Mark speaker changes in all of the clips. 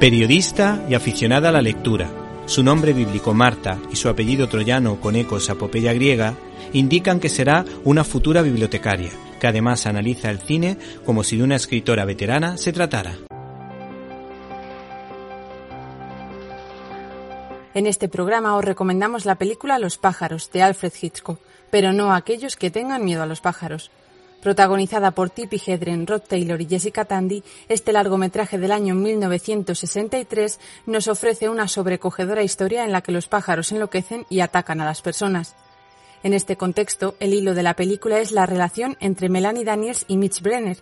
Speaker 1: Periodista y aficionada a la lectura, su nombre bíblico Marta y su apellido troyano con ecos a Popeya griega indican que será una futura bibliotecaria, que además analiza el cine como si de una escritora veterana se tratara.
Speaker 2: En este programa os recomendamos la película Los pájaros de Alfred Hitchcock, pero no a aquellos que tengan miedo a los pájaros. Protagonizada por Tippi Hedren, Rod Taylor y Jessica Tandy, este largometraje del año 1963 nos ofrece una sobrecogedora historia en la que los pájaros enloquecen y atacan a las personas. En este contexto, el hilo de la película es la relación entre Melanie Daniels y Mitch Brenner.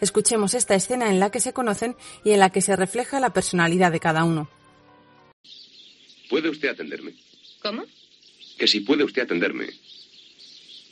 Speaker 2: Escuchemos esta escena en la que se conocen y en la que se refleja la personalidad de cada uno.
Speaker 3: ¿Puede usted atenderme?
Speaker 4: ¿Cómo?
Speaker 3: Que si puede usted atenderme.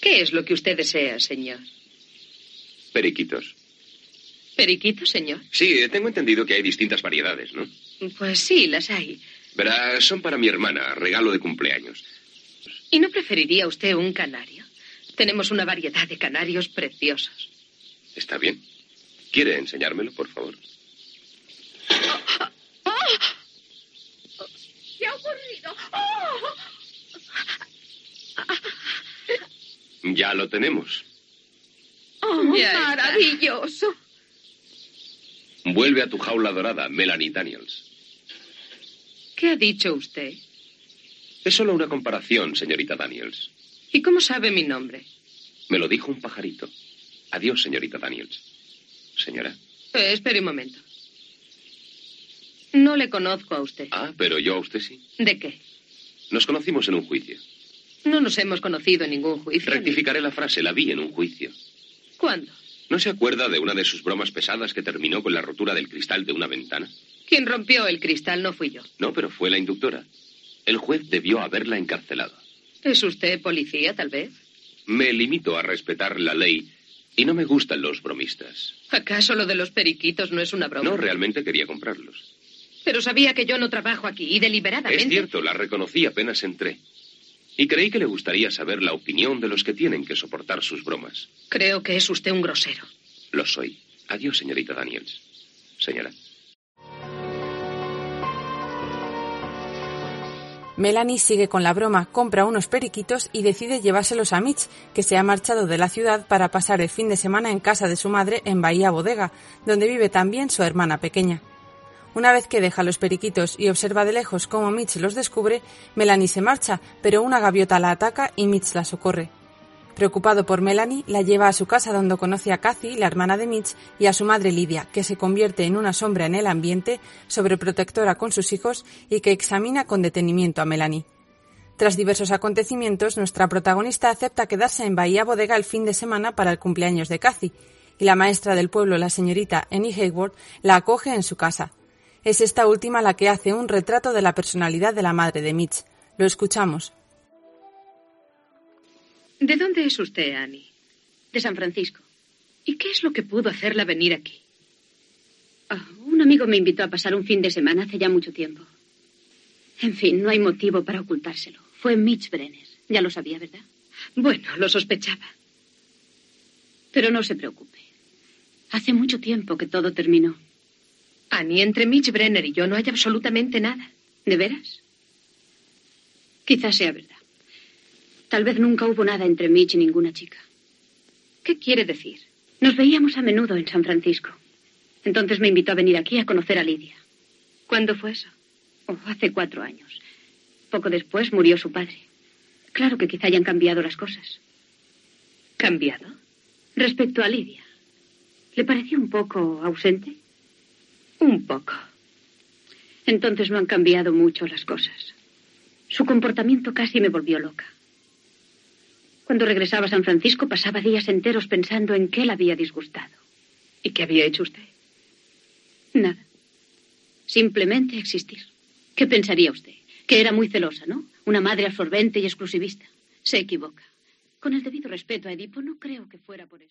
Speaker 4: ¿Qué es lo que usted desea, señor?
Speaker 3: Periquitos.
Speaker 4: ¿Periquito, señor?
Speaker 3: Sí, tengo entendido que hay distintas variedades, ¿no?
Speaker 4: Pues sí, las hay.
Speaker 3: Verá, son para mi hermana, regalo de cumpleaños.
Speaker 4: ¿Y no preferiría usted un canario? Tenemos una variedad de canarios preciosos.
Speaker 3: Está bien. ¿Quiere enseñármelo, por favor?
Speaker 4: ¿Qué ha ocurrido? ¡Oh!
Speaker 3: Ya lo tenemos.
Speaker 4: Ya está.
Speaker 5: maravilloso.
Speaker 3: Vuelve a tu jaula dorada, Melanie Daniels.
Speaker 4: ¿Qué ha dicho usted?
Speaker 3: Es solo una comparación, señorita Daniels.
Speaker 4: ¿Y cómo sabe mi nombre?
Speaker 3: Me lo dijo un pajarito. Adiós, señorita Daniels. Señora.
Speaker 4: Eh, espere un momento. No le conozco a usted.
Speaker 3: Ah, pero yo a usted sí.
Speaker 4: ¿De qué?
Speaker 3: Nos conocimos en un juicio.
Speaker 4: No nos hemos conocido en ningún juicio. ni-
Speaker 3: Rectificaré la frase, la vi en un juicio.
Speaker 4: ¿Cuándo?
Speaker 3: ¿No se acuerda de una de sus bromas pesadas que terminó con la rotura del cristal de una ventana?
Speaker 4: Quien rompió el cristal no fui yo.
Speaker 3: No, pero fue la inductora. El juez debió haberla encarcelado.
Speaker 4: ¿Es usted policía, tal vez?
Speaker 3: Me limito a respetar la ley y no me gustan los bromistas.
Speaker 4: ¿Acaso lo de los periquitos no es una broma?
Speaker 3: No, realmente quería comprarlos.
Speaker 4: Pero sabía que yo no trabajo aquí y deliberadamente.
Speaker 3: Es cierto, la reconocí apenas entré. Y creí que le gustaría saber la opinión de los que tienen que soportar sus bromas.
Speaker 4: Creo que es usted un grosero.
Speaker 3: Lo soy. Adiós, señorita Daniels. Señora.
Speaker 2: Melanie sigue con la broma, compra unos periquitos y decide llevárselos a Mitch, que se ha marchado de la ciudad para pasar el fin de semana en casa de su madre en Bahía Bodega, donde vive también su hermana pequeña. Una vez que deja los periquitos y observa de lejos cómo Mitch los descubre, Melanie se marcha, pero una gaviota la ataca y Mitch la socorre. Preocupado por Melanie, la lleva a su casa donde conoce a Kathy, la hermana de Mitch, y a su madre Lidia, que se convierte en una sombra en el ambiente, sobreprotectora con sus hijos y que examina con detenimiento a Melanie. Tras diversos acontecimientos, nuestra protagonista acepta quedarse en Bahía Bodega el fin de semana para el cumpleaños de Kathy, y la maestra del pueblo, la señorita Annie Hayward, la acoge en su casa. Es esta última la que hace un retrato de la personalidad de la madre de Mitch. Lo escuchamos.
Speaker 4: ¿De dónde es usted, Annie? De San Francisco. ¿Y qué es lo que pudo hacerla venir aquí?
Speaker 5: Ah, un amigo me invitó a pasar un fin de semana hace ya mucho tiempo. En fin, no hay motivo para ocultárselo. Fue Mitch Brenner. Ya lo sabía, ¿verdad?
Speaker 4: Bueno, lo sospechaba.
Speaker 5: Pero no se preocupe. Hace mucho tiempo que todo terminó.
Speaker 4: Annie, entre Mitch Brenner y yo no hay absolutamente nada.
Speaker 5: ¿De veras? Quizás sea verdad. Tal vez nunca hubo nada entre Mitch y ninguna chica.
Speaker 4: ¿Qué quiere decir?
Speaker 5: Nos veíamos a menudo en San Francisco. Entonces me invitó a venir aquí a conocer a Lidia.
Speaker 4: ¿Cuándo fue eso?
Speaker 5: Oh, hace cuatro años. Poco después murió su padre. Claro que quizá hayan cambiado las cosas.
Speaker 4: ¿Cambiado?
Speaker 5: Respecto a Lidia, ¿le pareció un poco ausente?
Speaker 4: Un poco.
Speaker 5: Entonces no han cambiado mucho las cosas. Su comportamiento casi me volvió loca. Cuando regresaba a San Francisco pasaba días enteros pensando en qué la había disgustado.
Speaker 4: ¿Y qué había hecho usted?
Speaker 5: Nada. Simplemente existir. ¿Qué pensaría usted? Que era muy celosa, ¿no? Una madre absorbente y exclusivista. Se equivoca. Con el debido respeto a Edipo, no creo que fuera por eso.